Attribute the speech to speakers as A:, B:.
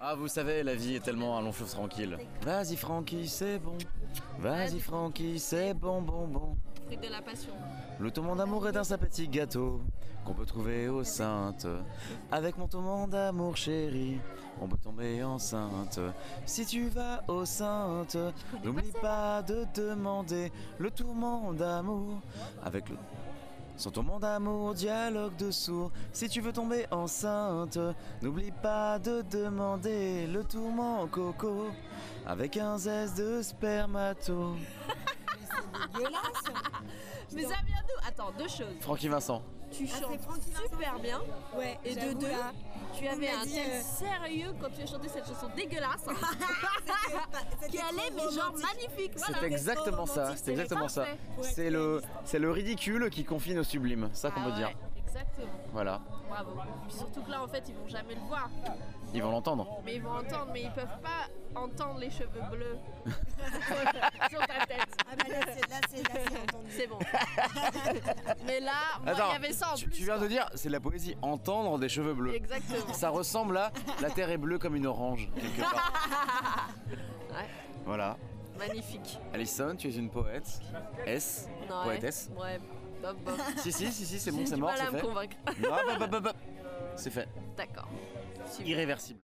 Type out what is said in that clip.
A: Ah, vous savez, la vie est tellement un long fleuve tranquille. Vas-y, Francky, c'est bon. Vas-y, Francky, c'est bon, bon, bon.
B: Fruit de la passion.
A: Le tourment d'amour est un sympathique gâteau qu'on peut trouver au Sainte. Avec mon tourment d'amour, chérie, on peut tomber enceinte. Si tu vas au Sainte, n'oublie pas de demander le tourment d'amour avec le. Sans tourment d'amour, dialogue de sourds. Si tu veux tomber enceinte, n'oublie pas de demander le tourment coco avec un zeste de spermato.
B: Mais ça vient d'où Attends, deux choses.
A: Francky Vincent.
B: Tu
C: Ah, c'est
B: chantes
C: Francky Vincent.
B: super bien.
C: Ouais,
B: Et de
C: j'avoue,
B: deux,
C: là,
B: Tu
C: on
B: avais
C: m'a
B: un
C: dit,
B: tel
C: euh,
B: sérieux quand tu as chanté cette chanson dégueulasse. hein,
C: c'était pas- c'était
B: Qui allait,
C: Ah, trop
B: mais genre
C: romantique.
B: magnifique. Voilà.
A: C'est exactement ça,
C: romantique,
A: c'est exactement ça.
B: parfait.
C: Ouais,
A: C'est le, c'est le ridicule qui confine au sublime, ça qu'on
B: Ah
A: peut dire.
B: ouais, Exactement.
A: Voilà,
B: Bravo. Puis surtout que là, en fait, ils vont jamais le voir.
A: ils vont l'entendre.
B: Mais ils vont entendre, mais ils peuvent pas entendre les cheveux bleus sur ta tête.
C: Ah bah là, c'est là, c'est là, c'est entendu.
B: C'est bon. mais là, moi, il y avait ça en
A: tu,
B: plus.
A: tu viens de
B: quoi.
A: dire, c'est de la poésie, entendre des cheveux bleus.
B: Exactement.
A: Ça ressemble à la terre est bleue comme une orange, quelque part.
B: Ouais.
A: Voilà.
B: Magnifique.
A: Alison, tu es une poète. S.
B: Non,
A: Poétesse.
B: Ouais. Bob, bob.
A: Si, si, si, si c'est
B: J'ai
A: bon, c'est
B: du
A: mort,
B: mal à
A: c'est
B: me
A: fait.
B: convaincre.
A: Non, bah, bah, bah, bah. C'est fait.
B: D'accord. Super.
A: Irréversible.